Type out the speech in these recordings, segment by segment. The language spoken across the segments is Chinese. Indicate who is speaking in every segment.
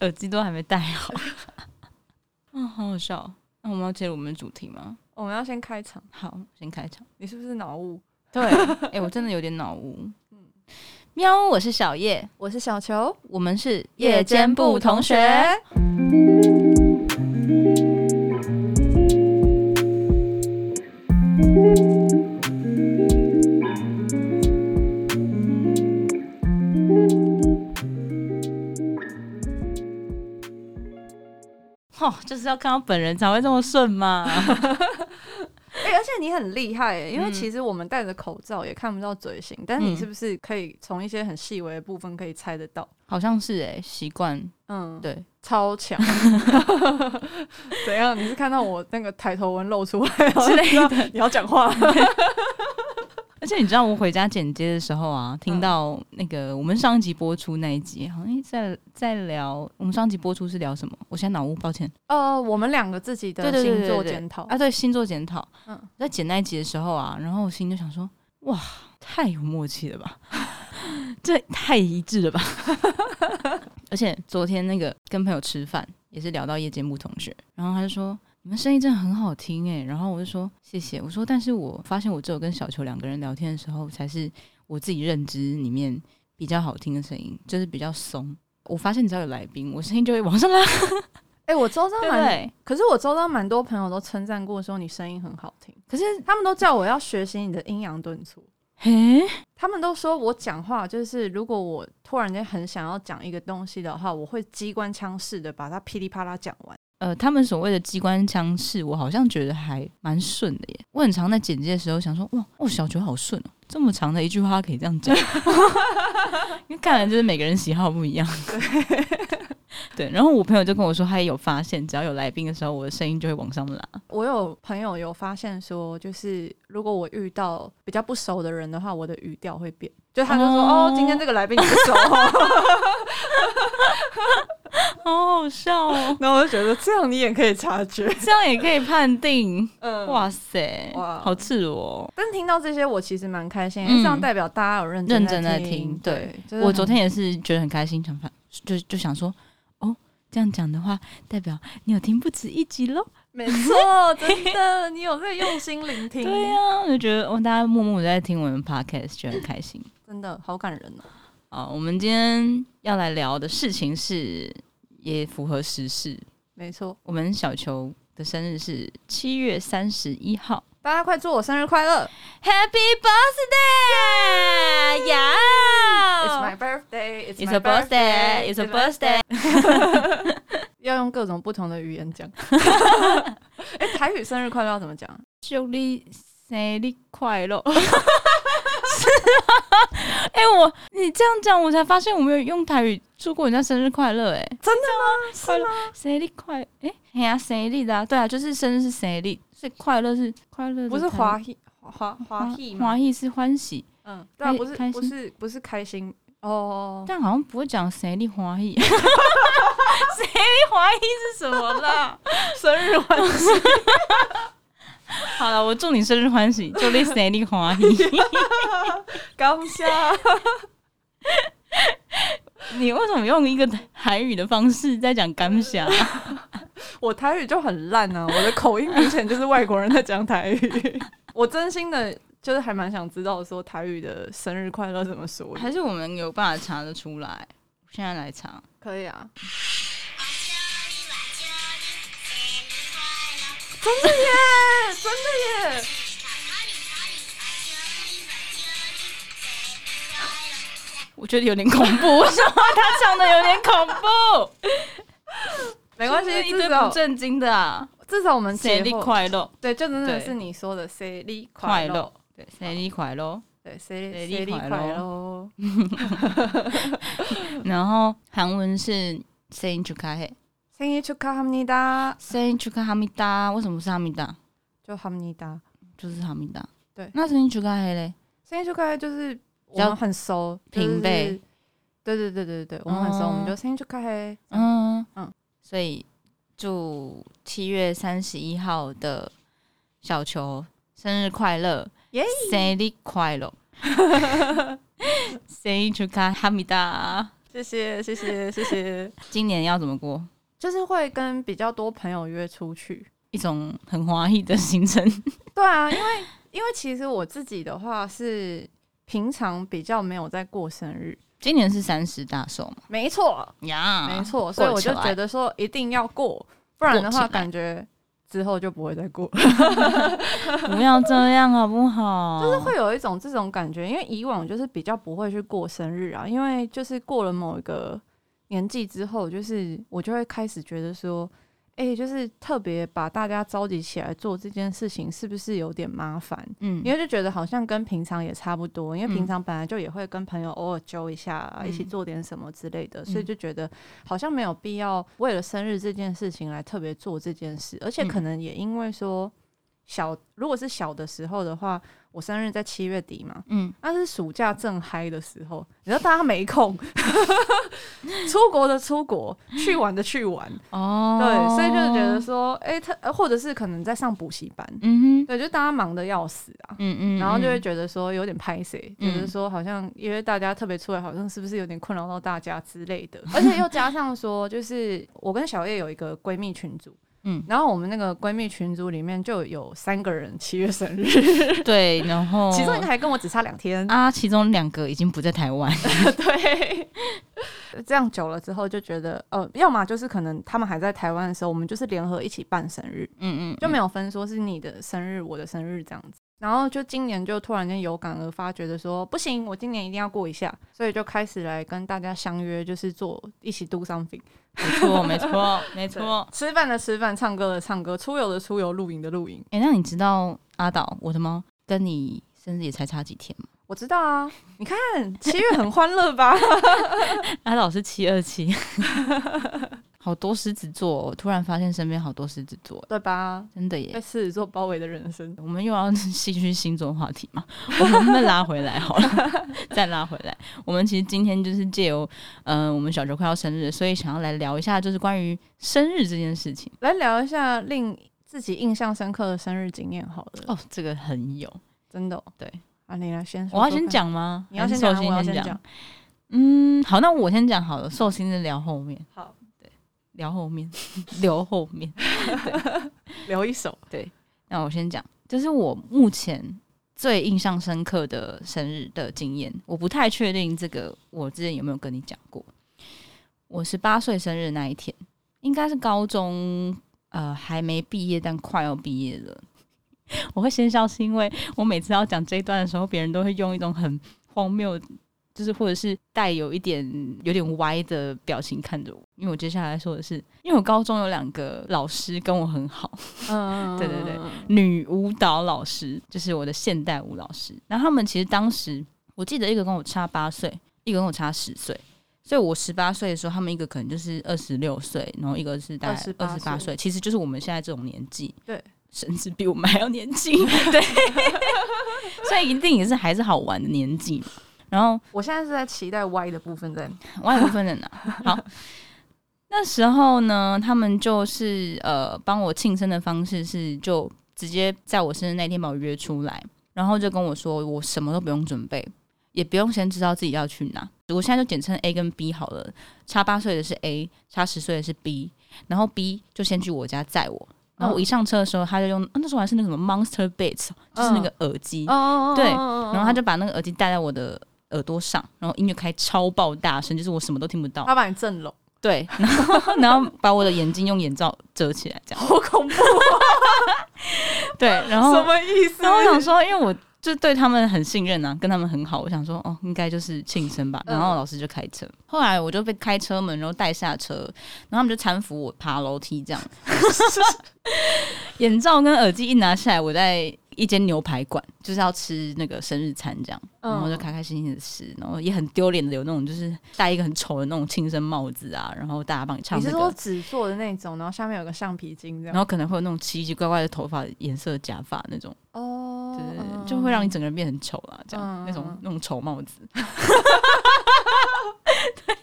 Speaker 1: 耳机都还没戴好。嗯，好好 笑哦。那我们要切入我们的主题吗？
Speaker 2: 哦我们要先开场，
Speaker 1: 好，先开场。
Speaker 2: 你是不是脑雾？
Speaker 1: 对，哎、我真的有点脑雾。喵，我是小叶，
Speaker 2: 我是小球，
Speaker 1: 我们是
Speaker 2: 夜间部同学。
Speaker 1: 哦，就是要看到本人才会这么顺 嘛。
Speaker 2: 哎、而且你很厉害耶，因为
Speaker 1: 嗯
Speaker 2: 其实我们戴着口罩也看不到嘴型，但
Speaker 1: 嗯
Speaker 2: 你是不是可以从一些很细微的部分可以猜得到？
Speaker 1: 好像是哎、习惯
Speaker 2: 嗯，
Speaker 1: 对，
Speaker 2: 超 强。怎样？你是看到我那个抬头纹露出来
Speaker 1: 之类的
Speaker 2: 的？你要讲话？
Speaker 1: 而且你知道我回家剪接的时候啊，听到那个我们上一集播出那一集，好像在在聊我们上一集播出是聊什么？我现在脑雾，抱歉。
Speaker 2: 呃，我们两个自己的
Speaker 1: 对对对
Speaker 2: 星座
Speaker 1: 对对
Speaker 2: 检讨。
Speaker 1: 啊，对星座检讨。
Speaker 2: 嗯
Speaker 1: 嗯，在剪那一集的时候啊，然后我心里就想说，哇，太有默契了吧， 这太一致了吧。 而且昨天那个跟朋友吃饭，也是聊到夜间部同学，然后他就说。你们声音真的很好听诶。然后我就说谢谢，我说但是我发现我只有跟小球两个人聊天的时候，才是我自己认知里面比较好听的声音，就是比较松。我发现只要有来宾，我声音就会往上拉，
Speaker 2: 哎、我周遭
Speaker 1: 对不
Speaker 2: 蛮，
Speaker 1: 对？
Speaker 2: 可是我周遭蛮多朋友都称赞过说你声音很好听，
Speaker 1: 可是，
Speaker 2: 他们都叫我要学习你的阴阳顿挫。
Speaker 1: 嘿，
Speaker 2: 他们都说我讲话就是，如果我突然间很想要讲一个东西的话，我会机关枪式的把它噼里啪啦讲完。
Speaker 1: 呃，他们所谓的机关枪式，我好像觉得还蛮顺的耶。我很常在简介的时候想说，哇，哦，小九好顺哦，这么长的一句话可以这样讲， 因为看来就是每个人喜好不一样。 对，然后我朋友就跟我说，他也有发现，只要有来宾的时候，我的声音就会往上拉。
Speaker 2: 我有朋友有发现说，就是如果我遇到比较不熟的人的话，我的语调会变。就他就说：“
Speaker 1: 哦
Speaker 2: 哦，今天这个来宾你不 熟哦。
Speaker 1: 好好笑哦”，
Speaker 2: 然后我就觉得这样你也可以察觉。
Speaker 1: 这样也可以判定。
Speaker 2: 嗯，哇！
Speaker 1: 哇塞，
Speaker 2: 哇
Speaker 1: 好赤裸、哦。
Speaker 2: 但听到这些，我其实蛮开心，因为这样
Speaker 1: 嗯
Speaker 2: 代表大家有认
Speaker 1: 认真
Speaker 2: 真
Speaker 1: 在
Speaker 2: 听
Speaker 1: 听。对，
Speaker 2: 就是
Speaker 1: 我
Speaker 2: 很
Speaker 1: 昨天也是觉得很开心，想法就就想说，哦，这样讲的话，代表你有听不止一集喽。
Speaker 2: 没错，真 的，你有在用心聆听，
Speaker 1: 对呀、我就觉得哦，大家默默地在听我们 podcast，觉得很开心。
Speaker 2: 真的好感人哦。
Speaker 1: 啊，我们今天要来聊的事情是，也符合时事。
Speaker 2: 没错，
Speaker 1: 我们小球的生日是七月三十一号
Speaker 2: 大家快祝我生日快乐
Speaker 1: ，Happy birthday！呀、
Speaker 2: ！It's my birthday. It's,
Speaker 1: Oh. It's
Speaker 2: my
Speaker 1: a birthday, it's a
Speaker 2: my-
Speaker 1: birthday。
Speaker 2: 要用各种不同的语言 讲。哎、台语生日快乐要怎么讲？
Speaker 1: 祝你生日快乐。 是啊，哎、我你这样讲，我才发现我没有用台语祝过人家生日快乐、哎，
Speaker 2: 真的啊吗？
Speaker 1: 快乐生日快，哎、哎呀、生日的、啊，对啊，就是生日是生日，所以快乐是快乐的台语，
Speaker 2: 不是华裔华华裔吗
Speaker 1: 华？裔是欢喜，
Speaker 2: 嗯，对啊，
Speaker 1: 开
Speaker 2: 不是
Speaker 1: 开心
Speaker 2: 不是不是开心哦。
Speaker 1: 但好像不会讲生日华 裔。生日华裔是什么啦？
Speaker 2: 哦 生日欢喜，
Speaker 1: 好了，我祝你生日欢喜，祝你生日华 裔。
Speaker 2: 刚 下。
Speaker 1: 你为什么用一个韩语的方式在讲感想？
Speaker 2: 我台语就很烂啊，我的口音明显就是外国人在讲台语。 我真心的就是还蛮想知道说台语的生日快乐怎么说。
Speaker 1: 还是我们有办法查得出来？我现在来查，
Speaker 2: 可以啊，真的耶，
Speaker 1: 我觉得有点恐怖，为什么他唱的有点恐怖？
Speaker 2: 没关系，
Speaker 1: 是不是一
Speaker 2: 至
Speaker 1: 堆不
Speaker 2: 少
Speaker 1: 正经的啊！
Speaker 2: 至少我们
Speaker 1: 生
Speaker 2: 节
Speaker 1: 日
Speaker 2: 后
Speaker 1: 快乐，
Speaker 2: 对，就真的
Speaker 1: 对
Speaker 2: 是你说的生日
Speaker 1: 快
Speaker 2: 快乐
Speaker 1: 乐，，对，生日快乐。
Speaker 2: 对，生日
Speaker 1: 生
Speaker 2: 生
Speaker 1: 日
Speaker 2: 日
Speaker 1: 快乐
Speaker 2: 快乐。
Speaker 1: 然后韩文是生日축하해，
Speaker 2: 생일축하합니다，
Speaker 1: 生日축하합니다。为什么是哈密达？
Speaker 2: 就합니다。
Speaker 1: 就是哈密达。
Speaker 2: 对
Speaker 1: 那生日축하해嘞？
Speaker 2: 생일축하해就是我
Speaker 1: 比较
Speaker 2: 们很熟，
Speaker 1: 平辈
Speaker 2: 就是。对对对对对，我们很熟，
Speaker 1: 哦
Speaker 2: 我们就生日축하해。
Speaker 1: 嗯
Speaker 2: 嗯，
Speaker 1: 嗯
Speaker 2: 嗯，
Speaker 1: 所以祝七月三十一号的小球生日快乐，
Speaker 2: 耶
Speaker 1: 生日快乐，生日축하합니다。
Speaker 2: 谢谢谢谢谢 谢，
Speaker 1: 今年要怎么过？
Speaker 2: 就是会跟比较多朋友约出去。
Speaker 1: 一种很华丽的行程，
Speaker 2: 对啊，因为因为其实我自己的话是平常比较没有在过生日，
Speaker 1: 今年是三十大寿嘛？
Speaker 2: 没错
Speaker 1: 呀
Speaker 2: 没错，所以我就觉得说一定要过，不然的
Speaker 1: 过起
Speaker 2: 话
Speaker 1: 来
Speaker 2: 感觉之后就不会再过，
Speaker 1: 不要这样好不好？
Speaker 2: 就是会有一种这种感觉。因为以往就是比较不会去过生日啊，因为就是过了某一个年纪之后，就是我就会开始觉得说。哎、就是特别把大家召集起来做这件事情，是不是有点麻烦？
Speaker 1: 嗯
Speaker 2: 因为就觉得好像跟平常也差不多，因
Speaker 1: 嗯
Speaker 2: 为平常本来就也会跟朋友偶尔揪一下、啊，
Speaker 1: 嗯
Speaker 2: 一起做点什么之类的，所以就觉得好像没有必要为了生日这件事情来特别做这件事，而且
Speaker 1: 嗯
Speaker 2: 可能也因为说小，如果是小的时候的话，我生日在七月底嘛，
Speaker 1: 嗯，
Speaker 2: 那是暑假正嗨的时候，你知道大家没空， 出国的出国，去玩的去玩，
Speaker 1: 哦，
Speaker 2: 对，所以就觉得，说，哎、他呃或者是可能在上补习班，
Speaker 1: 嗯哼，
Speaker 2: 对，就大家忙的要死啊，
Speaker 1: 嗯嗯，
Speaker 2: 然后就会
Speaker 1: 嗯
Speaker 2: 觉得说有点拍谁，
Speaker 1: 嗯
Speaker 2: 就是说好像因为大家特别出来，好像是不是有点困扰到大家之类的，而 且又加上说，就是我跟小叶有一个闺蜜群组，
Speaker 1: 嗯
Speaker 2: 嗯，然后我们那个闺蜜群组里面就有三个人七月生日，
Speaker 1: 对，然后
Speaker 2: 其中一个还跟我只差两天，
Speaker 1: 啊，其中两个已经不在台湾，
Speaker 2: 对。这样久了之后就觉得，呃，要么就是可能他们还在台湾的时候，我们就是联合一起办生日，
Speaker 1: 嗯嗯，
Speaker 2: 就没有分说是你的生日、我的生日这样子。然后就今年就突然间有感而发，觉得说不行，我今年一定要过一下，所以就开始来跟大家相约，就是做一起 do something。
Speaker 1: 没错，没 错，没错。
Speaker 2: 吃饭的吃饭，唱歌的唱歌，出游的出游，露营的露营。
Speaker 1: 哎，那你知道阿岛我的猫跟你生日也才差几天吗？
Speaker 2: 我知道啊，你看七月很欢乐吧？
Speaker 1: 阿岛是七二七， 好多狮子座哦，我突然发现身边好多狮子座，
Speaker 2: 对吧？
Speaker 1: 真的
Speaker 2: 被
Speaker 1: 耶。
Speaker 2: 狮子座包围的人生，
Speaker 1: 我们又要继续星座话题嘛？ 我们再拉回来好了， 再拉回来。我们其实今天就是借由，呃，我们小球快要生日了，所以想要来聊一下，就是关于生日这件事情。
Speaker 2: 来聊一下令自己印象深刻的生日经验好了。
Speaker 1: 哦，这个很有，
Speaker 2: 真的、哦，
Speaker 1: 对
Speaker 2: 啊，你来先说
Speaker 1: 我要
Speaker 2: 说
Speaker 1: 先
Speaker 2: 看，
Speaker 1: 讲吗？
Speaker 2: 你要先
Speaker 1: 还
Speaker 2: 讲啊
Speaker 1: 是寿，
Speaker 2: 我要
Speaker 1: 星
Speaker 2: 先
Speaker 1: 先讲
Speaker 2: 讲。。
Speaker 1: 嗯，好，那我先讲好了，寿星再聊后面。
Speaker 2: 好，
Speaker 1: 对，聊后面， 留后面。
Speaker 2: 留一手，
Speaker 1: 那我先讲，就是我目前最印象深刻的生日的经验，我不太确定这个我之前有没有跟你讲过。我十八岁生日那一天，应该是高中，呃，还没毕业，但快要毕业了。 我会先笑，是因为我每次要讲这一段的时候，别人都会用一种很荒谬，就是或者是带有一点有点歪的表情看着我，因为我接下来说的是，因为我高中有两个老师跟我很好，
Speaker 2: 嗯，
Speaker 1: 对对对
Speaker 2: 嗯，
Speaker 1: 女舞蹈老师，就是我的现代舞老师。然后他们其实当时，我记得一个跟我差八岁，一个跟我差十岁，所以我十八岁的时候，他们一个可能就是二十六岁，然后一个是大概
Speaker 2: 28
Speaker 1: 二十八岁，其实就是我们现在这种年纪，
Speaker 2: 对，
Speaker 1: 甚至比我们还要年 轻，对，所以一定也是还是好玩的年纪嘛。然后
Speaker 2: 我现在是在期待 Y 的部分在，
Speaker 1: 我也不分人啊。好，那时候呢，他们就是呃，帮我庆生的方式是就直接在我生日那天把我约出来，然后就跟我说我什么都不用准备，也不用先知道自己要去哪。我现在就简称 A 跟 B 好了，差八岁的是 A，差十岁的是 B，然后 B 就先去我家载我。然后我一上车的时候，他就用、啊那时候还是那个什么 Monster Beats，就是那个耳机，
Speaker 2: 哦
Speaker 1: 对然后他就把那个耳机戴在我的耳朵上，然后音乐开超爆大声，就是我什么都听不到。
Speaker 2: 他把你震聋，
Speaker 1: 啊对，然后 然后把我的眼睛用眼罩遮起来，这样。
Speaker 2: 好恐怖，
Speaker 1: 对，然
Speaker 2: 什
Speaker 1: 后
Speaker 2: 么意思？
Speaker 1: 然后我想 说，因为我就对他们很信任啊，跟他们很好，我想说哦，应该就是庆生吧。
Speaker 2: 嗯
Speaker 1: 然后老师就开车，后来我就被开车门，然后带下车，然后他们就搀扶我爬楼梯， 这样。 眼罩跟耳机一拿下来，我在一间牛排馆，就是要吃那个生日餐这样，
Speaker 2: 嗯
Speaker 1: 然后就开开心心的吃，然后也很丢脸的有那种就是戴一个很丑的那种庆生帽子啊，然后大家帮你唱
Speaker 2: 你
Speaker 1: 这
Speaker 2: 是说
Speaker 1: 个。
Speaker 2: 纸做的那种，然后下面有个橡皮筋这
Speaker 1: 然
Speaker 2: 样？
Speaker 1: 后可能会有那种奇奇怪怪的头发颜色假发那种，
Speaker 2: 哦
Speaker 1: 对对对，就会让你整个人变很丑啦，这样、
Speaker 2: 嗯
Speaker 1: 那种
Speaker 2: 嗯
Speaker 1: 那种丑帽子，对，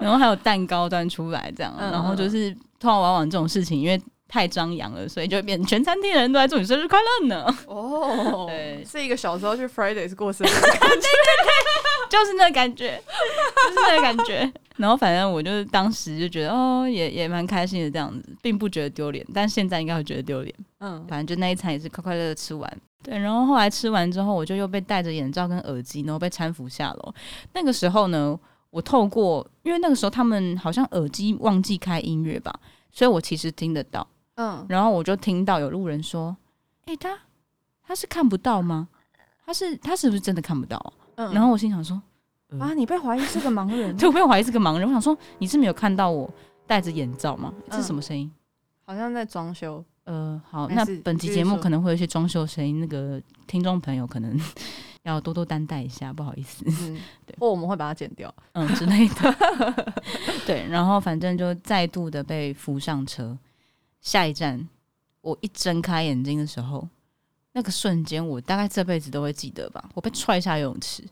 Speaker 1: 然后还有蛋糕端出来这样，
Speaker 2: 嗯
Speaker 1: 然后就是通常往往这种事情，因为太张扬了，所以就会变成全餐厅的人都在祝你生日快乐呢。
Speaker 2: 哦，
Speaker 1: 对
Speaker 2: 是一个小时候去 Fridays 过生 日的感觉。
Speaker 1: 就是那感觉，就是那感觉。然后反正我就是当时就觉得哦，也也蛮开心的这样子，并不觉得丢脸，但现在应该会觉得丢脸。
Speaker 2: 嗯，
Speaker 1: 反正就那一餐也是快快乐乐吃完。对，然后后来吃完之后，我就又被戴着眼罩跟耳机，然后被搀扶下楼。那个时候呢，我透过，因为那个时候他们好像耳机忘记开音乐吧，所以我其实听得到。
Speaker 2: 嗯，
Speaker 1: 然后我就听到有路人说：“诶，他他是看不到吗？他是他是不是真的看不到啊、
Speaker 2: 嗯
Speaker 1: 然后我心想说：“
Speaker 2: 啊，你被怀疑是个盲人，
Speaker 1: 对，我没有怀疑是个盲人。我想说，你是没有看到我戴着眼罩吗？这是
Speaker 2: 嗯
Speaker 1: 什么声音？
Speaker 2: 好像在 装修。
Speaker 1: 呃，好，
Speaker 2: 没
Speaker 1: 那
Speaker 2: 事
Speaker 1: 本
Speaker 2: 你
Speaker 1: 期
Speaker 2: 继
Speaker 1: 节
Speaker 2: 续
Speaker 1: 目
Speaker 2: 说
Speaker 1: 可能会有一些装修声音，那个听众朋友可能 要多多担待一下，不好意思，
Speaker 2: 嗯，
Speaker 1: 对
Speaker 2: 或我们会把它剪 掉。
Speaker 1: 嗯之类 的。对，然后反正就再度的被扶上车。下一站，我一睁开眼睛的时候，那个瞬间，我大概这辈子都会记得吧。我被踹下游泳池，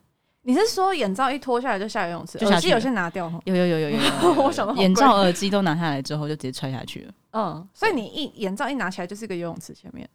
Speaker 2: 你是说眼罩一脱下来就下游泳池，
Speaker 1: 就下去
Speaker 2: 耳机有些拿掉哈？
Speaker 1: 有有有有有有有有
Speaker 2: 我想到好
Speaker 1: 眼
Speaker 2: 贵
Speaker 1: 罩、耳机都拿下来之后，就直接踹下去了。
Speaker 2: 嗯，所以你一眼罩一拿起来就是一个游泳池前面，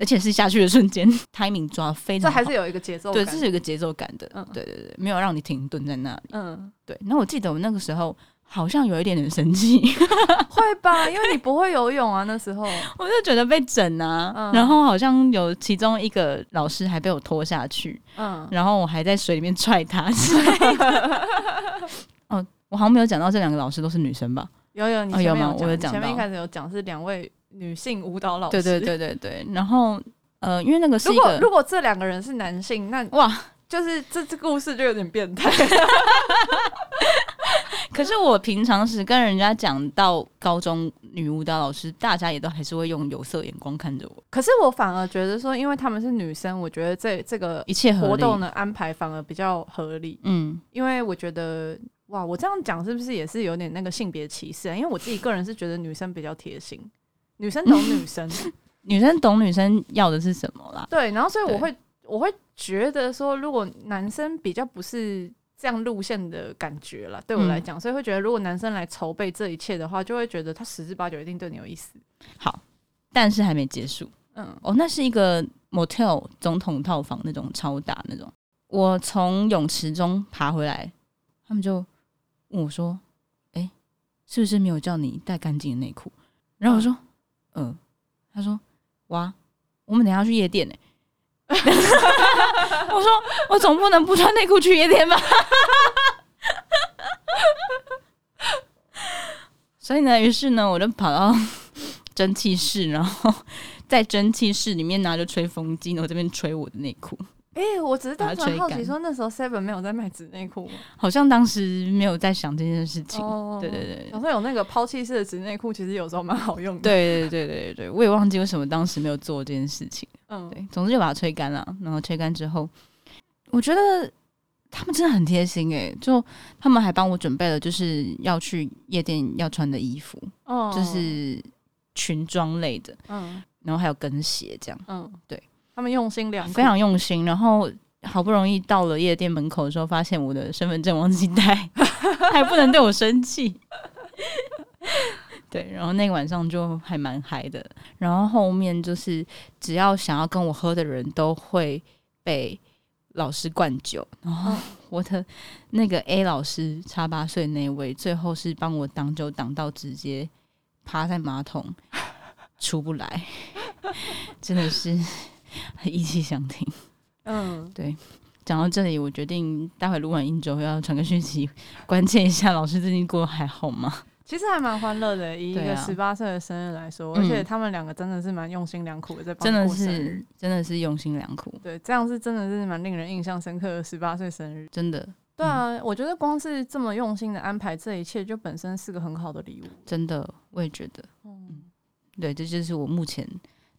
Speaker 1: 而且是下去的瞬间 timing 抓得非
Speaker 2: 这
Speaker 1: 常好，
Speaker 2: 还是有一个节奏
Speaker 1: 对，
Speaker 2: 感。
Speaker 1: 这是有一个节奏感的，
Speaker 2: 嗯
Speaker 1: 对对对，没有让你停顿在那里。
Speaker 2: 嗯，
Speaker 1: 对，那我记得我那个时候好像有一点点生气，
Speaker 2: 会吧？因为你不会游泳啊，那时候。
Speaker 1: 我就觉得被整啊，
Speaker 2: 嗯
Speaker 1: 然后好像有其中一个老师还被我拖下去，
Speaker 2: 嗯，
Speaker 1: 然后我还在水里面踹他之类的。 哦，我好像没有讲到这两个老师都是女生吧？
Speaker 2: 有有，你
Speaker 1: 哦
Speaker 2: 前
Speaker 1: 有
Speaker 2: 面
Speaker 1: 吗我有
Speaker 2: 有
Speaker 1: 讲
Speaker 2: 讲，前面一
Speaker 1: 到
Speaker 2: 开始有讲是两位女性舞蹈老
Speaker 1: 对
Speaker 2: 师。
Speaker 1: 对。对对对，然后呃，因为那个是
Speaker 2: 如
Speaker 1: 一
Speaker 2: 果
Speaker 1: 个
Speaker 2: 如果这两个人是男性，那
Speaker 1: 哇，
Speaker 2: 就是这这故事就有点变态。
Speaker 1: 可是我平常时跟人家讲到高中女舞蹈老师，大家也都还是会用有色眼光看着我，
Speaker 2: 可是我反而觉得说，因为他们是女生，我觉得这这个
Speaker 1: 一切合
Speaker 2: 活
Speaker 1: 理。
Speaker 2: 动的安排反而比较合理，
Speaker 1: 嗯，
Speaker 2: 因为我觉得。哇，我这样讲是不是也是有点那个性别歧视啊？因为我自己个人是觉得女生比较贴心，女生懂女生，
Speaker 1: 女生懂女生要的是什么啦。
Speaker 2: 对，然后所以我
Speaker 1: 对
Speaker 2: 会我会觉得说，如果男生比较不是这样路线的感觉啦，对我来讲，所以会觉得如果男生来筹备这一切的话，就会觉得他十之八九一定对你有意思。
Speaker 1: 好，但是还没结束
Speaker 2: 嗯
Speaker 1: 哦，那是一个 motel 总统套房那种超大那种。我从泳池中爬回来，他们就问我说：“哎、是不是没有叫你带干净的内裤？”然后我说：“嗯。他说：“哇，我们等一下去夜店呢、 我说：“我总不能不穿内裤去夜店吧？” 所以呢，于是呢，我就跑到 蒸汽室，然后在蒸汽室里面拿着吹风机，然后这边吹我的内裤。
Speaker 2: 哎、我只是
Speaker 1: 把它
Speaker 2: 单纯
Speaker 1: 吹
Speaker 2: 好奇
Speaker 1: 干
Speaker 2: 说，那时候 Seven 没有在卖纸内 裤吗？
Speaker 1: 好像当时没有在想这件事情。
Speaker 2: 哦
Speaker 1: 对对对
Speaker 2: 好像有那个抛弃式的纸内裤，其实有时候蛮好用的。，
Speaker 1: 对对对对对，我也忘记为什么当时没有做这件事情。
Speaker 2: 嗯，
Speaker 1: 对，总之就把它吹干了，然后吹干之后，我觉得他们真的很贴心诶、就他们还帮我准备了就是要去夜店要穿的衣服，
Speaker 2: 哦
Speaker 1: 就是裙装类的，
Speaker 2: 嗯
Speaker 1: 然后还有跟鞋这样，
Speaker 2: 嗯，
Speaker 1: 对，
Speaker 2: 他们用心良苦
Speaker 1: 非常用心。然后好不容易到了夜店门口的时候，发现我的身份证忘记带， 还不能对我生气。 对，然后那个晚上就还蛮嗨的。然后后面就是只要想要跟我喝的人都会被老师灌酒。然后
Speaker 2: 嗯
Speaker 1: 我的那个 A 老师差八岁那位，最后是帮我挡酒挡到直接趴在马桶 出不来， 真的是很意气相挺。
Speaker 2: 嗯，
Speaker 1: 讲到这里，我决定待会录完音之后要传个讯息，关切一下老师最近过得还好吗？
Speaker 2: 其实还蛮欢乐的，以一
Speaker 1: 对
Speaker 2: 个
Speaker 1: 啊
Speaker 2: 十八岁的生日来说，
Speaker 1: 嗯
Speaker 2: 而且他们两个真的是蛮用心良苦的，在帮
Speaker 1: 真
Speaker 2: 你
Speaker 1: 的
Speaker 2: 过生日
Speaker 1: 是，真的是用心良苦，
Speaker 2: 对，这样是真的是蛮令人印象深刻的十八岁生日。
Speaker 1: 真的
Speaker 2: 对啊，我觉得光是这么用心的安排这一切，就本身是个很好的礼物。
Speaker 1: 真的，我也觉得，
Speaker 2: 嗯，
Speaker 1: 对，这就是我目前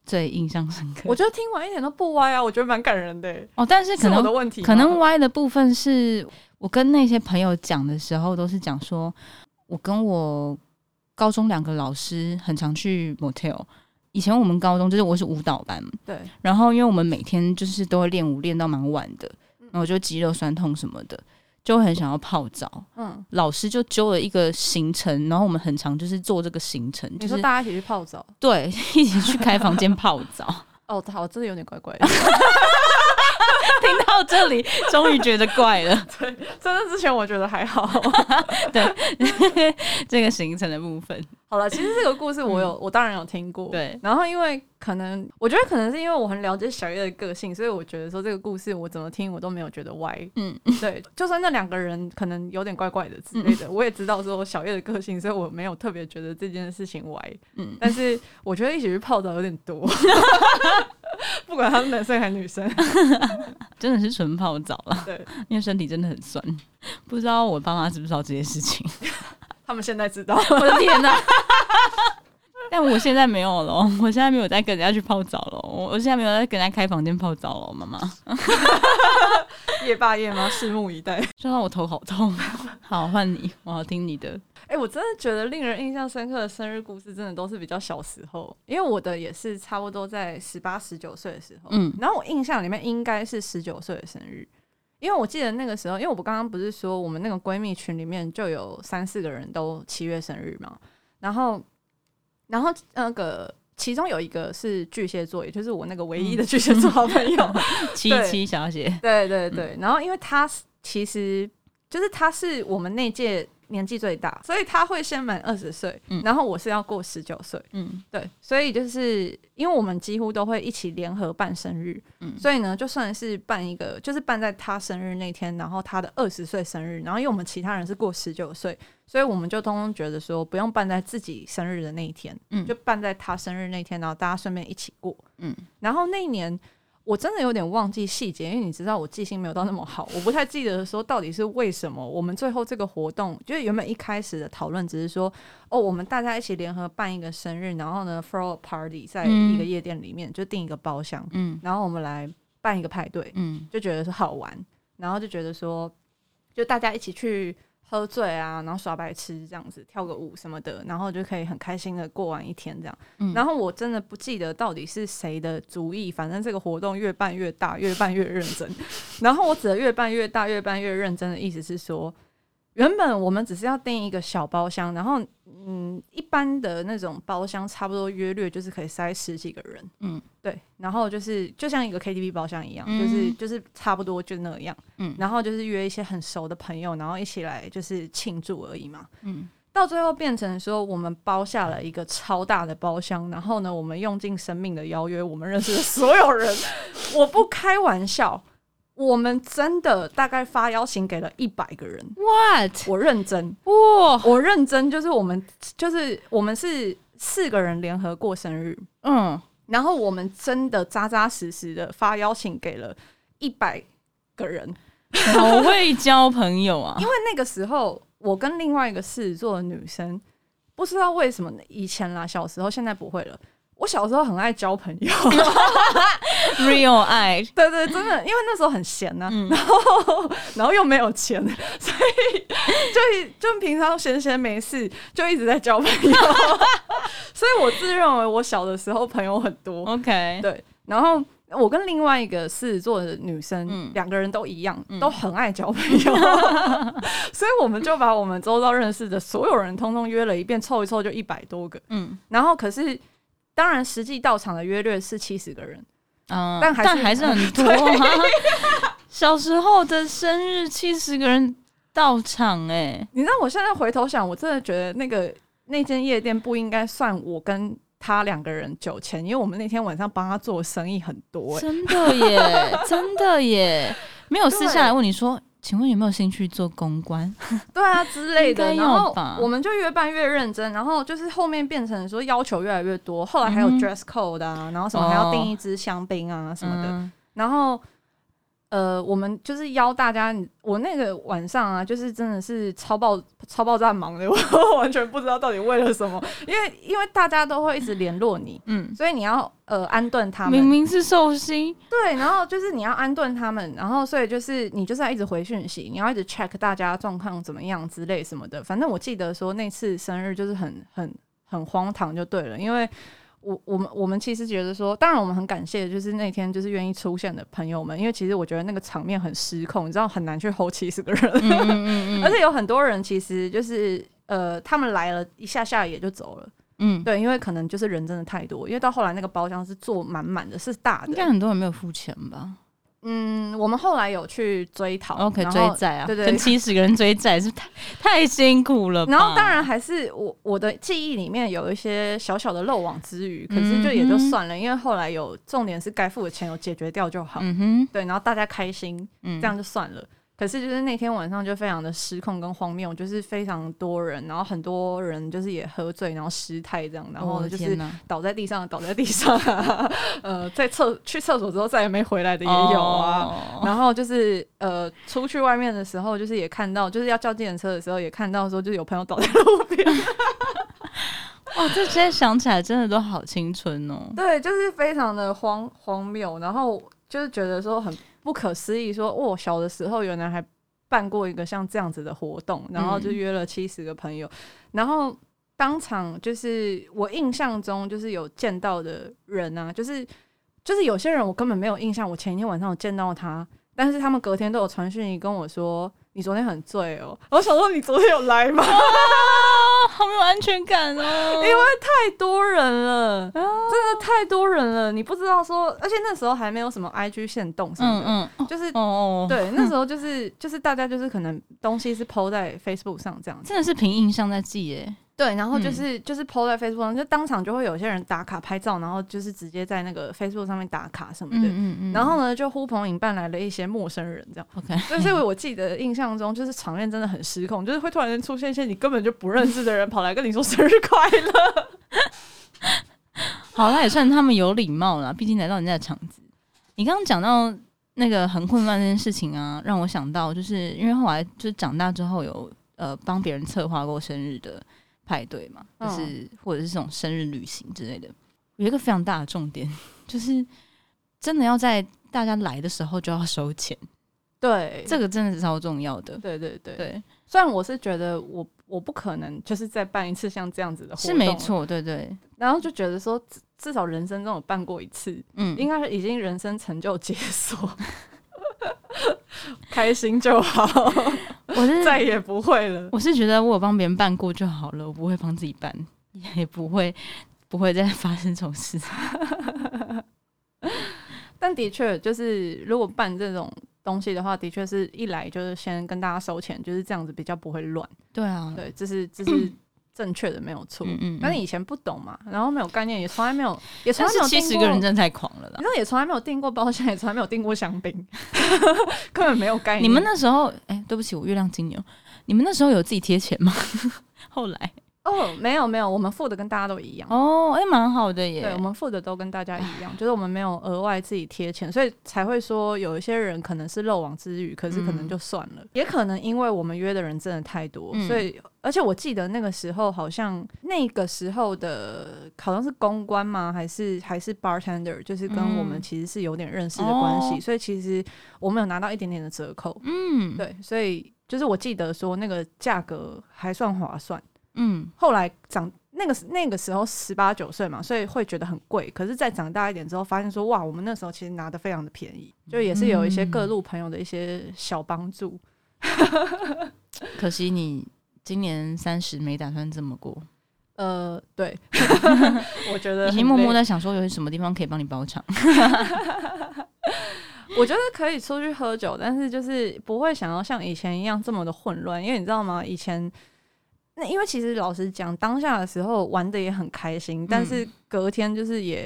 Speaker 1: 最印象深刻。
Speaker 2: 我觉得听完一点都不歪啊，我觉得蛮感人的欸。
Speaker 1: 哦，但是可
Speaker 2: 是我的
Speaker 1: 能
Speaker 2: 问题吗，
Speaker 1: 可能歪的部分是我跟那些朋友讲的时候，都是讲说我跟我高中两个老师很常去 motel。以前我们高中就是我是舞蹈班，
Speaker 2: 对，
Speaker 1: 然
Speaker 2: 嗯
Speaker 1: 后因为我们每天就是都会练舞，练到蛮晚的，然后就肌肉酸痛什么的，就会很想要泡澡。
Speaker 2: 嗯，
Speaker 1: 老师就揪了一个行程，然后我们很常就是做这个行程，
Speaker 2: 你
Speaker 1: 就
Speaker 2: 说
Speaker 1: 是
Speaker 2: 大家一起去泡澡？
Speaker 1: 对 一起去开房间泡澡。
Speaker 2: 哦，好，真的有点怪怪 的。
Speaker 1: 听到这里，终于觉得怪 了。
Speaker 2: 真的之前我觉得还 好。
Speaker 1: 这个行程的部分，
Speaker 2: 好了，其实这个故事我有，我当然有听过。
Speaker 1: 对
Speaker 2: 然后因为可能，我觉得可能是因为我很了解小叶的个性，所以我觉得说这个故事我怎么听我都没有觉得歪。
Speaker 1: 嗯，
Speaker 2: 对，就算那两个人可能有点怪怪的之类
Speaker 1: 嗯
Speaker 2: 的，我也知道说小叶的个性，所以我没有特别觉得这件事情歪。
Speaker 1: 嗯，
Speaker 2: 但是我觉得一起去泡澡有点 多，不管他是男生还是女生。
Speaker 1: 真的是纯泡澡了，
Speaker 2: 对，
Speaker 1: 因为身体真的很酸。不知道我爸妈知不知道这件事情？
Speaker 2: 他们现在知道，
Speaker 1: 我的天哪！但我现在没有了，我现在没有再跟人家去泡澡了，我我现在没有再跟人家开房间泡澡了，妈妈。
Speaker 2: 夜爸夜妈拭目以待。
Speaker 1: 说到我头好 痛，好换你，我要听你的。
Speaker 2: 哎、我真的觉得令人印象深刻的生日故事，真的都是比较小时候，因为我的也是差不多在十八、十九岁的时候。
Speaker 1: 嗯
Speaker 2: 然后我印象里面应该是十九岁的生日，因为我记得那个时候，因为我刚刚不是说我们那个闺蜜群里面就有三四个人都七月生日嘛，然后，然后那个其中有一个是巨蟹座，也就是我那个唯一的巨蟹座好朋友，
Speaker 1: 七七小姐，
Speaker 2: 对对对，然后因为他是其实就是他是我们那届年纪最大，所以他会先满二十岁
Speaker 1: 嗯，
Speaker 2: 然后我是要过十九岁，
Speaker 1: 嗯
Speaker 2: 对，所以就是因为我们几乎都会一起联合办生日，
Speaker 1: 嗯
Speaker 2: 所以呢，就算是办一个，就是办在他生日那天，然后他的二十岁生日，然后因为我们其他人是过十九岁，所以我们就通通觉得说不用办在自己生日的那一天，
Speaker 1: 嗯
Speaker 2: 就办在他生日那天，然后大家顺便一起过，
Speaker 1: 嗯
Speaker 2: 然后那一年我真的有点忘记细节，因为你知道我记性没有到那么好，我不太记得说到底是为什么我们最后这个活动，就是原本一开始的讨论只是说，哦，我们大家一起联合办一个生日，然后呢 throw a party 在
Speaker 1: 嗯
Speaker 2: 一个夜店里面，就订一个包厢，
Speaker 1: 嗯
Speaker 2: 然后我们来办一个派对，
Speaker 1: 嗯
Speaker 2: 就觉得是好玩，然后就觉得说，就大家一起去喝醉啊，然后耍白痴这样子，跳个舞什么的，然后就可以很开心的过完一天这样。
Speaker 1: 嗯
Speaker 2: 然后我真的不记得到底是谁的主意，反正这个活动越办越大，越办越认真。然后我指的越办越大，越办越认真的意思是说。原本我们只是要订一个小包厢，然后嗯，一般的那种包厢差不多约略就是可以塞十几个人，
Speaker 1: 嗯，
Speaker 2: 对，然后就是就像一个 KTV 包厢一样，
Speaker 1: 嗯
Speaker 2: 就是就是差不多就那样，
Speaker 1: 嗯
Speaker 2: 然后就是约一些很熟的朋友，然后一起来就是庆祝而已嘛。
Speaker 1: 嗯
Speaker 2: 到最后变成说，我们包下了一个超大的包厢，然后呢，我们用尽生命的邀约我们认识的所有人， 我不开玩笑，我们真的大概发邀请给了一百个人，
Speaker 1: ，What？
Speaker 2: 我认真，
Speaker 1: 哇，
Speaker 2: 我认真，就是我们就是我们是四个人联合过生日，
Speaker 1: 嗯，
Speaker 2: 然后我们真的扎扎实实的发邀请给了一百个人，因
Speaker 1: 好会交朋友 啊！
Speaker 2: 为那个时候我跟另外一个狮子座的女生，不知道为什么以前啦，小时候现在不会了。我小时候很爱交朋友，
Speaker 1: real 爱，
Speaker 2: 对对，真的，因为那时候很闲呐、
Speaker 1: 嗯
Speaker 2: 然后 然后又没有钱， 所以就就平常闲闲没事，就一直在交朋友， 所以我自认为我小的时候朋友很多，
Speaker 1: 哦 OK，
Speaker 2: 对，然后我跟另外一个狮子座的女生
Speaker 1: 嗯，
Speaker 2: 两、个人都一样，
Speaker 1: 嗯
Speaker 2: 都很爱交朋友， 所以我们就把我们周遭认识的所有人通通约了一遍，凑一凑就一百多个。
Speaker 1: 嗯
Speaker 2: 然后可是，当然实际到场的约略是七十个人，
Speaker 1: 嗯，
Speaker 2: 但还是
Speaker 1: 但还是很多啊。 小时候的生日，七十个人到场，哎，
Speaker 2: 你知道我现在回头想，我真的觉得那个那间夜店不应该算我跟他两个人酒钱，因为我们那天晚上帮他做的生意很多、欸。
Speaker 1: 真的 耶，真的耶，没有私下来问你说。请问有没有兴趣做公关？
Speaker 2: 对啊之类的。
Speaker 1: 应该
Speaker 2: 然
Speaker 1: 要
Speaker 2: 后
Speaker 1: 吧
Speaker 2: 我们就越办越认真，然后就是后面变成说要求越来越多，后来还有
Speaker 1: 嗯哼
Speaker 2: dress code 啊，然后什么还要
Speaker 1: 哦
Speaker 2: 订一支香槟啊什么的。
Speaker 1: 嗯
Speaker 2: 然后呃，我们就是邀大家，我那个晚上啊，就是真的是超爆超爆炸忙的， 我完全不知道到底为了什么，因为因为大家都会一直联络你。
Speaker 1: 嗯，
Speaker 2: 所以你要呃安顿他们
Speaker 1: 明，明是寿星，
Speaker 2: 对，然后就是你要安顿他们，然后所以就是你就是要一直回讯息，你要一直 check 大家状况怎么样之类什么的。反正我记得说那次生日就是很很很荒唐就对了，因为我我们我们其实觉得说，当然我们很感谢，就是那天就是愿意出现的朋友们，因为其实我觉得那个场面很失控，你知道很难去 hold 七十个人，
Speaker 1: 嗯嗯嗯
Speaker 2: 而且有很多人其实就是呃，他们来了一下下也就走了，
Speaker 1: 嗯，
Speaker 2: 对，因为可能就是人真的太多，因为到后来那个包厢是坐满满的，是大
Speaker 1: 应该
Speaker 2: 的。
Speaker 1: 很多人没有付钱吧
Speaker 2: 嗯，我们后来有去追讨
Speaker 1: ？OK，
Speaker 2: 然后
Speaker 1: 追债啊，
Speaker 2: 对对
Speaker 1: 跟七十个人追债是太太辛苦了吧。
Speaker 2: 然后当然还是我我的记忆里面有一些小小的漏网之鱼，可是就
Speaker 1: 嗯哼
Speaker 2: 也就算了，因为后来有重点是该付的钱有解决掉就好，
Speaker 1: 嗯哼，
Speaker 2: 对，然后大家开心
Speaker 1: 嗯，
Speaker 2: 这样就算了。可是就是那天晚上就非常的失控跟荒谬，就是非常多人，然后很多人就是也喝醉，然后失态这样，然
Speaker 1: 我
Speaker 2: 后
Speaker 1: 的
Speaker 2: 就
Speaker 1: 哦天
Speaker 2: 是
Speaker 1: 哪
Speaker 2: 倒在地上，倒在地上、 啊，呃，在厕去厕所之后再也没回来的也有啊。
Speaker 1: 哦
Speaker 2: 然后就是呃，出去外面的时候，就是也看到，就是要叫计程车的时候，也看到说，就是有朋友倒在路边。
Speaker 1: 哇，哦这现在想起来真的都好青春哦。
Speaker 2: 对，就是非常的荒荒谬，然后就是觉得说很不可思议说，哦，小的时候原来还办过一个像这样子的活动，然后就
Speaker 1: 嗯
Speaker 2: 约了七十个朋友，然后当场就是我印象中就是有见到的人啊，就是就是有些人我根本没有印象，我前一天晚上有见到他，但是他们隔天都有传讯跟我说。你昨天很醉哦，我想说你昨天有来吗？
Speaker 1: 啊，好没有安全感哦。
Speaker 2: 因为太多人了，真的太多人了，你不知道说，而且那时候还没有什么 IG 限动什么
Speaker 1: 嗯
Speaker 2: 的，
Speaker 1: 嗯，哦
Speaker 2: 就是、
Speaker 1: 哦哦，
Speaker 2: 对，那时候就是就是大家就是可能东西是 PO 在 Facebook 上这样 子，
Speaker 1: 真的是凭印象在记耶。
Speaker 2: 对，然后就是、就是 PO 在 Facebook 上，就当场就会有些人打卡拍照，然后就是直接在那个 Facebook 上面打卡什么的，
Speaker 1: 嗯嗯
Speaker 2: 然后呢就呼朋引伴来了一些陌生人这样。
Speaker 1: OK，
Speaker 2: 对，所以我记得印象中就是场面真的很失控，就是会突然间出现一些你根本就不认识的人跑来跟你说生日快乐，
Speaker 1: 好啦，也算他们有礼貌啦，毕竟来到人家的场子。你刚刚讲到那个很混乱这件事情啊，让我想到，就是因为后来就是长大之后有呃帮别人策划过生日的派对嘛，就
Speaker 2: 嗯
Speaker 1: 是、或者是这种生日旅行之类的，有一个非常大的重点，就是真的要在大家来的时候就要收钱，
Speaker 2: 对，
Speaker 1: 这个真的是超重要的。
Speaker 2: 对对对。
Speaker 1: 对，
Speaker 2: 虽然我是觉得我我不可能就是再办一次像这样子的活动，啊
Speaker 1: 是没。错，对对，
Speaker 2: 然后就觉得说，至至少人生中有办过一次，
Speaker 1: 嗯，
Speaker 2: 应该是已经人生成就解锁， 开心就好，
Speaker 1: 我是
Speaker 2: 再也不会了。
Speaker 1: 我是觉得我有帮别人办过就好了，我不会帮自己办，也不会不会再发生这种事。
Speaker 2: 但的确，就是如果办这种东西的话，的确是一来就是先跟大家收钱，就是这样子比较不会乱。
Speaker 1: 对啊，
Speaker 2: 对，这是这是正确的，没有错。
Speaker 1: 嗯嗯嗯
Speaker 2: 但是以前不懂嘛，然后没有概念，也从来没有，也从
Speaker 1: 但
Speaker 2: 来没有
Speaker 1: 是七十
Speaker 2: 订
Speaker 1: 个
Speaker 2: 过
Speaker 1: 人真的太狂了啦
Speaker 2: 你！知道也从来没有订过包厢，也从来没有订过香槟， 根本没有概念。
Speaker 1: 你们？那时候，哎、对不起，我月亮金牛，你们那时候有自己贴钱吗？ 后来
Speaker 2: 哦，没有没有，我们付的跟大家都一样。
Speaker 1: 哦，哎、蛮好的耶
Speaker 2: 对，我。们付的都跟大家一样，就是我们没有额外自己贴钱，所以才会说有一些人可能是漏网之鱼，可是可能就算了，也可能因为我们约的人真的太多，
Speaker 1: 嗯
Speaker 2: 所以而且我记得那个时候好像那个时候的好像是公关吗？还是还是 bartender，就是跟我们
Speaker 1: 嗯
Speaker 2: 其实是有点认识的关系，
Speaker 1: 哦
Speaker 2: 所以其实我们有拿到一点点的折扣，
Speaker 1: 嗯，，
Speaker 2: 对，所以就是我记得说那个价格还算划算。
Speaker 1: 嗯，
Speaker 2: 后来长那个那个时候十八九岁嘛，所以会觉得很贵。可是再长大一点之后，发现说哇，我们那时候其实拿的非常的便宜，就也是有一些各
Speaker 1: 嗯
Speaker 2: 路朋友的一些小帮助。
Speaker 1: 可惜你今年三十没打算这么过，
Speaker 2: 呃，对， 我觉
Speaker 1: 已
Speaker 2: 得很
Speaker 1: 经默默
Speaker 2: 累，
Speaker 1: 在想说有什么地方可以帮你包场。
Speaker 2: 我觉得可以出去喝酒，但是就是不会想要像以前一样这么的混乱，因为你知道吗？以前。那因为其实老实讲，当下的时候玩的也很开心，但是隔天就是也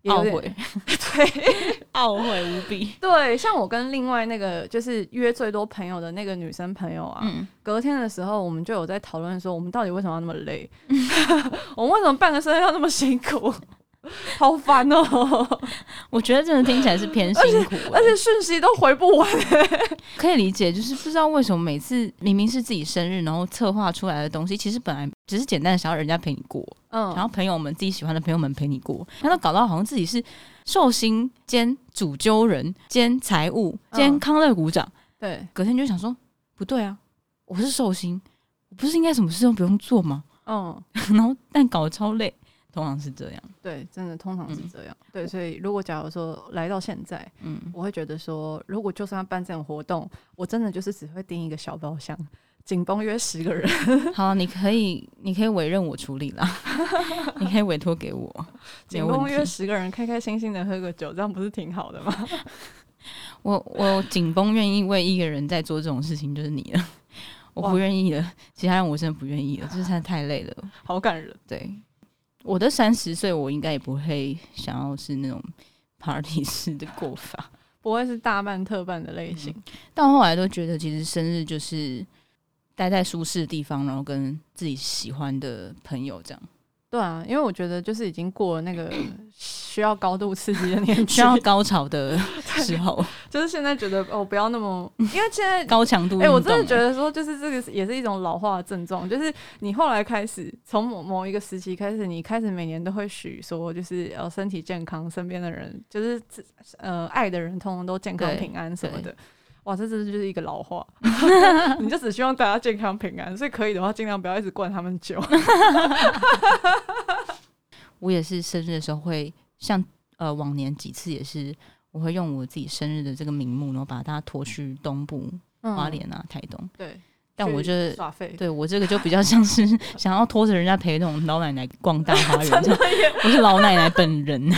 Speaker 2: 也有
Speaker 1: 嗯懊悔，
Speaker 2: 点 对，
Speaker 1: 懊悔无比。
Speaker 2: 对，像我跟另外那个就是约最多朋友的那个女生朋友啊，
Speaker 1: 嗯，
Speaker 2: 隔天的时候我们就有在讨论说，我们到底为什么要那么 累？我们为什么办个生日要那么辛苦？ 好烦哦、
Speaker 1: 我觉得真的听起来是偏辛苦、欸
Speaker 2: 而且讯息都回不完。
Speaker 1: 可以理解，就是不知道为什么每次明明是自己生日，然后策划出来的东西，其实本来只是简单的想要人家陪你过，然
Speaker 2: 嗯，
Speaker 1: 后朋友们自己喜欢的朋友们陪你过，然后搞到好像自己是寿星兼主揪人兼财务兼
Speaker 2: 嗯
Speaker 1: 康乐股长，
Speaker 2: 对，
Speaker 1: 隔天就想说不对啊，我是寿星，我不是应该什么事都不用做吗？
Speaker 2: 嗯，
Speaker 1: 然后但搞得超累，通常是这样。
Speaker 2: 对，真的通常是
Speaker 1: 嗯
Speaker 2: 这样。对，所以如果假如说来到现在，
Speaker 1: 嗯，
Speaker 2: 我会觉得说，如果就算要办这种活动，我真的就是只会订一个小包厢，紧绷约十个人。
Speaker 1: 好，你可以，你可以委任我处理啦， 你可以委托给 我，没
Speaker 2: 紧
Speaker 1: 有
Speaker 2: 绷
Speaker 1: 问
Speaker 2: 约
Speaker 1: 题。
Speaker 2: 十个人，开开心心的喝个酒，这样不是挺好的吗？
Speaker 1: 我我紧绷愿意为一个人在做这种事情，就是你了。我不
Speaker 2: 哇
Speaker 1: 愿意了，其他人我真的不愿意了，就是他太累了。
Speaker 2: 好感人。
Speaker 1: 对，我的三十岁，我应该也不会想要是那种 party 式的过法。
Speaker 2: 不会是大办特办的类型，
Speaker 1: 嗯到后来都觉得，其实生日就是待在舒适的地方，然后跟自己喜欢的朋友这样，
Speaker 2: 对啊，因为我觉得就是已经过了 那个需要高度刺激的年纪，
Speaker 1: 需要高潮的时候，
Speaker 2: 就是现在觉得哦，不要 那么，因为现在
Speaker 1: 高强度运
Speaker 2: 哎、
Speaker 1: 动。啊
Speaker 2: 我真的觉得说，就是这个也是一种老化的症状，就是你后来开始从某某一个时期开始，你开始每年都会许说，就是呃身体健康，身边的人就是呃爱的人，通通都健康
Speaker 1: 对
Speaker 2: 平安什么
Speaker 1: 对
Speaker 2: 的。哇，这真的就是一个老化， 你就只希望大家健康平安，所以可以的话，尽量不要一直灌他们酒。
Speaker 1: 我也是生日的时候会像呃往年几次也是，我会用我自己生日的这个名目，然后把大家拖去东部、 花莲啊、台东。
Speaker 2: 对，
Speaker 1: 但我
Speaker 2: 去
Speaker 1: 这
Speaker 2: 耍废，
Speaker 1: 对我这个就比较像 是想要拖着人家陪那种老奶奶逛大 花园，这样我是老奶奶本人。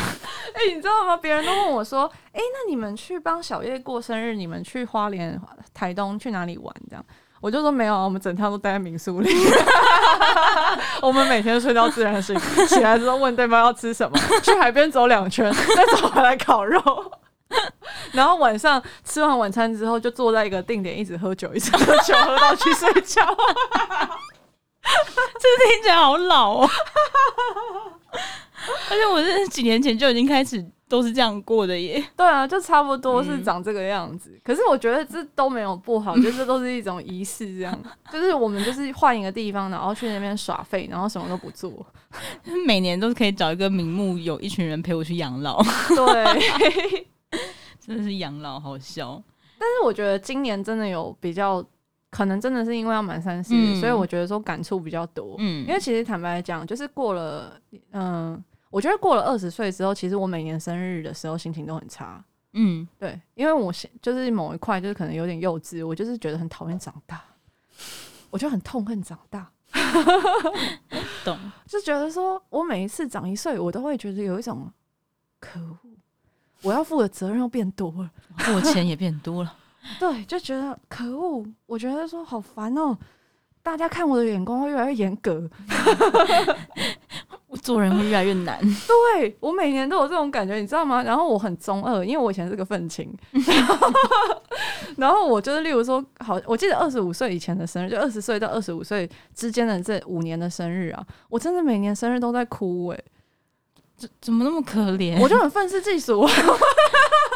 Speaker 2: 哎、你知道吗？别人都问我说：“哎、那你们去帮小叶过生日，你们去花莲、呃台东去哪里玩？”这样，我就说没有啊，我们整趟都待在民宿里， 我们每天睡到自然醒，起来之后问对方要吃什么，去海边走两圈，再走回来烤肉。 然后晚上吃完晚餐之后，就坐在一个定点一直喝酒，一直喝酒，喝到去睡觉。
Speaker 1: 听起来好老哦。 而且我是几年前就已经开始都是这样过的耶。
Speaker 2: 对啊，就差不多是
Speaker 1: 嗯
Speaker 2: 长这个样子。可是我觉得这都没有不 好，就是这都是一种仪式，这样就是我们就是换一个地方，然后去那边耍废，然后什么都不 做。
Speaker 1: 每年都可以找一个名目，有一群人陪我去养 老，
Speaker 2: 对，但
Speaker 1: 真的是养老好笑。
Speaker 2: 是我觉得今年真的有比较，可能真的是因为要满三十、
Speaker 1: 嗯
Speaker 2: 所以我觉得说感触比较多。
Speaker 1: 嗯，
Speaker 2: 因为其实坦白讲，就是过了，嗯、我觉得过了二十岁之后，其实我每年生日的时候心情都很差。
Speaker 1: 嗯，
Speaker 2: 对，因为我现就是某一块就是可能有点幼稚，我就是觉得很讨厌长大，我就很痛恨长大，
Speaker 1: 懂。
Speaker 2: 就觉得说我每一次长一岁，我都会觉得有一种可恶，我要负的责任又变多了，
Speaker 1: 我钱也变多了。
Speaker 2: 对，就觉得可恶，我觉得说好烦哦、大家看我的眼光会越来越严格，
Speaker 1: 我 做人会越来越难，
Speaker 2: 对我每年都有这种感觉，你知道吗？然后我很中二，因为我以前是个愤青， 然后我就是例如说，好，我记得二十五岁以前的生日，就二十岁到二十五岁之间的这五年的生日啊，我真的每年生日都在哭、欸，
Speaker 1: 怎怎么那么可怜？
Speaker 2: 我就很愤世嫉俗。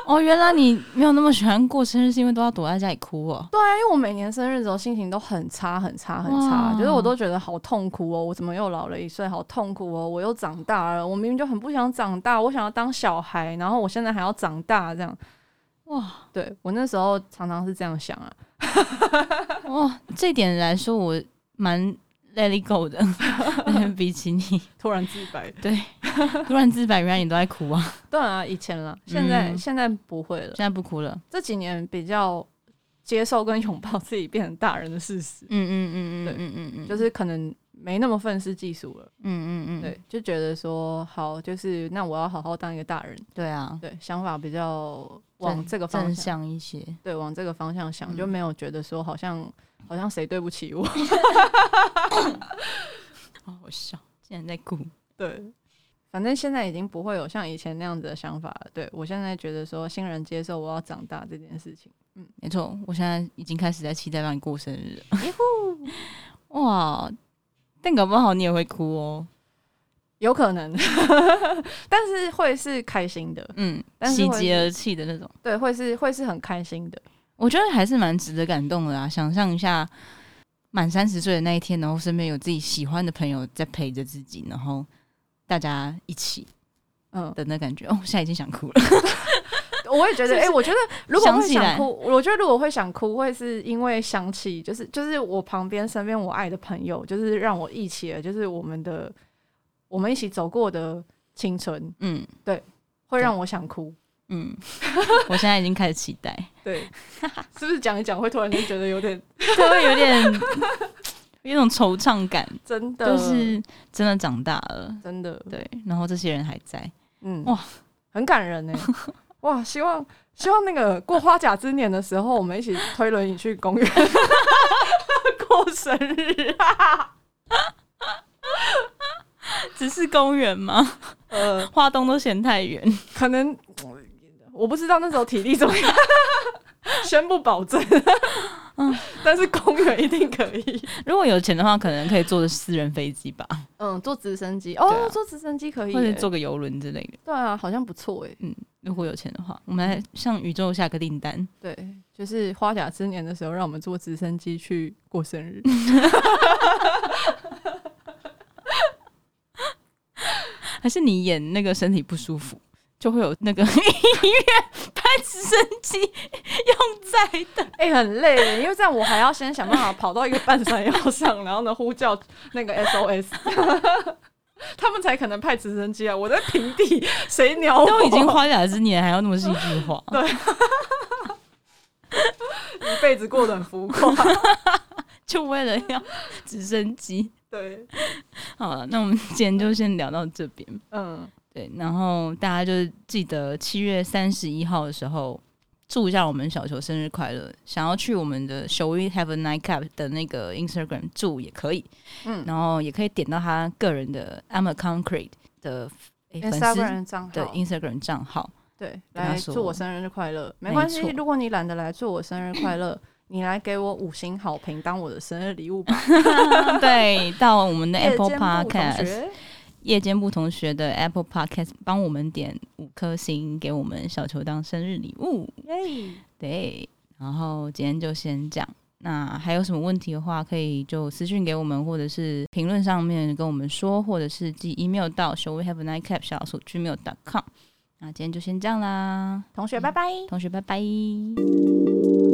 Speaker 1: 哦，原来你没有那么喜欢过生日，是因为都要躲在家里哭哦。
Speaker 2: 对啊，因为我每年生日的时候心情都很差，很差，很
Speaker 1: 哇
Speaker 2: 差，就是我都觉得好痛苦哦，我怎么又老了一岁，好痛苦哦，我又长大了，我明明就很不想长大，我想要当小孩，然后我现在还要长大，这样，
Speaker 1: 哇
Speaker 2: 对我那时候常常是这样想啊。
Speaker 1: 哇，这点来说我蛮 let it go 的， 比起你
Speaker 2: 突然自白。
Speaker 1: 突然自白，原来你都在哭啊！
Speaker 2: 对啊，以前啦，现在、
Speaker 1: 嗯
Speaker 2: 现在不会了
Speaker 1: 现。在不哭了。
Speaker 2: 这几年比较接受跟拥抱自己变成大人的事实
Speaker 1: 嗯嗯，嗯嗯嗯嗯嗯，
Speaker 2: 就是可能没那么愤世嫉俗了。
Speaker 1: 嗯嗯嗯，
Speaker 2: 对，就觉得说好，就是那我要好好当一个大人。
Speaker 1: 对啊，
Speaker 2: 对，想法比较往
Speaker 1: 正
Speaker 2: 这个方
Speaker 1: 正
Speaker 2: 向，
Speaker 1: 向一些。
Speaker 2: 对，往这个方向想，
Speaker 1: 嗯
Speaker 2: 就没有觉得说好像好像谁对不起我。
Speaker 1: 好好哦笑，竟然在哭。
Speaker 2: 对。反正现在已经不会有像以前那样子的想法了。对我现在觉得说，欣然接受我要长大这件事情。
Speaker 1: 没错，我现在已经开始在期待让你过生日了。 哇！但搞不好你也会哭哦。
Speaker 2: 有可能， 但是会是开心的，
Speaker 1: 嗯，
Speaker 2: 但是
Speaker 1: 喜
Speaker 2: 会
Speaker 1: 极而泣的那种，
Speaker 2: 对，会是会是很开心的，
Speaker 1: 我觉得还是蛮值得感动的啊！想象一下，满三十岁的那一天，然后身边有自己喜欢的朋友在陪着自己，然后大家一起
Speaker 2: 嗯，
Speaker 1: 的那感觉。哦，我现在已经想哭了。
Speaker 2: 我也觉得，哎、我觉得如果
Speaker 1: 想
Speaker 2: 会
Speaker 1: 起
Speaker 2: 想
Speaker 1: 来
Speaker 2: 哭，我觉得如果会想哭，会是因为想起，就是就是我旁边身边我爱的朋友，就是让我忆起了，就是我们的。我们一起走过的青春，
Speaker 1: 嗯
Speaker 2: 会让我想哭。
Speaker 1: 嗯，我现在已经开始期待，
Speaker 2: 对， 是不是讲一讲会突然间觉得有点
Speaker 1: 就会有点有一种惆怅感，
Speaker 2: 真的，
Speaker 1: 就是真的长大了，
Speaker 2: 真的，
Speaker 1: 对，然后这些人还在，
Speaker 2: 嗯，
Speaker 1: 哇
Speaker 2: 哇，很感人呢、欸 哇，希望希望那个过花甲之年的时候，我们一起推轮椅 去公园过生日啊！
Speaker 1: 只是公园吗？
Speaker 2: 呃，
Speaker 1: 花东都嫌太远，
Speaker 2: 可能我不知道那时候体力怎么样， 宣布保证。
Speaker 1: 嗯
Speaker 2: 但是公园一定可以。
Speaker 1: 如果有钱的话，可能可以坐私人飞机吧，
Speaker 2: 嗯，坐直升机
Speaker 1: 对啊
Speaker 2: 哦，坐直升机可以
Speaker 1: 或者
Speaker 2: 耶，
Speaker 1: 坐个游轮之类的。
Speaker 2: 对啊，好像不错哎。
Speaker 1: 嗯如果有钱的话，我们来向宇宙下个订单。
Speaker 2: 对，就是花甲之年的时候，让我们坐直升机去过生日。
Speaker 1: 还是你演那个身体不舒服，就会有那个医院拍直升机用在的。
Speaker 2: 哎、很累耶，因为这样我还要先想办法跑到一个半山腰上，然后呢呼叫那个 SOS，他们才可能派直升机啊！我在平地，谁鸟我？
Speaker 1: 都已经花甲之年，还要那么戏剧化？
Speaker 2: 一辈子过得很浮夸。
Speaker 1: 就为了要直升机。
Speaker 2: 对，
Speaker 1: 好了，那我们今天就先聊到这边。
Speaker 2: 嗯，
Speaker 1: 对，然后大家就是记得七月三十一号的时候，祝一下我们小球生日快乐。想要去我们的 Shall We Have a Nightcap 的那个 Instagram 祝也可以，
Speaker 2: 嗯
Speaker 1: 然后也可以点到他个人的 I'm a Concrete 的、诶粉丝
Speaker 2: Instagram 账
Speaker 1: 的
Speaker 2: 号
Speaker 1: Instagram 账 号。
Speaker 2: 对，
Speaker 1: 跟他
Speaker 2: 来
Speaker 1: 说
Speaker 2: 祝我生日快乐，没
Speaker 1: 没
Speaker 2: 关系。
Speaker 1: 错
Speaker 2: 如果你懒得来祝我生日快乐，你来给我五星好评当我的生日礼物吧。
Speaker 1: 对，到我们的
Speaker 2: 夜
Speaker 1: Apple
Speaker 2: 间部同
Speaker 1: Podcast
Speaker 2: 学
Speaker 1: 夜间部同学的 Apple Podcast 帮我们点五颗星，给我们小球当生日礼物。
Speaker 2: 耶，
Speaker 1: 对，然后今天就先这样。那还有什么问题的话，可以就私讯给我们，或者是评论上面跟我们说，或者是寄 email 到 show we have a nightcap 小老鼠 gmail.com。那今天就先这样啦，
Speaker 2: 同学拜拜。
Speaker 1: 同学拜拜。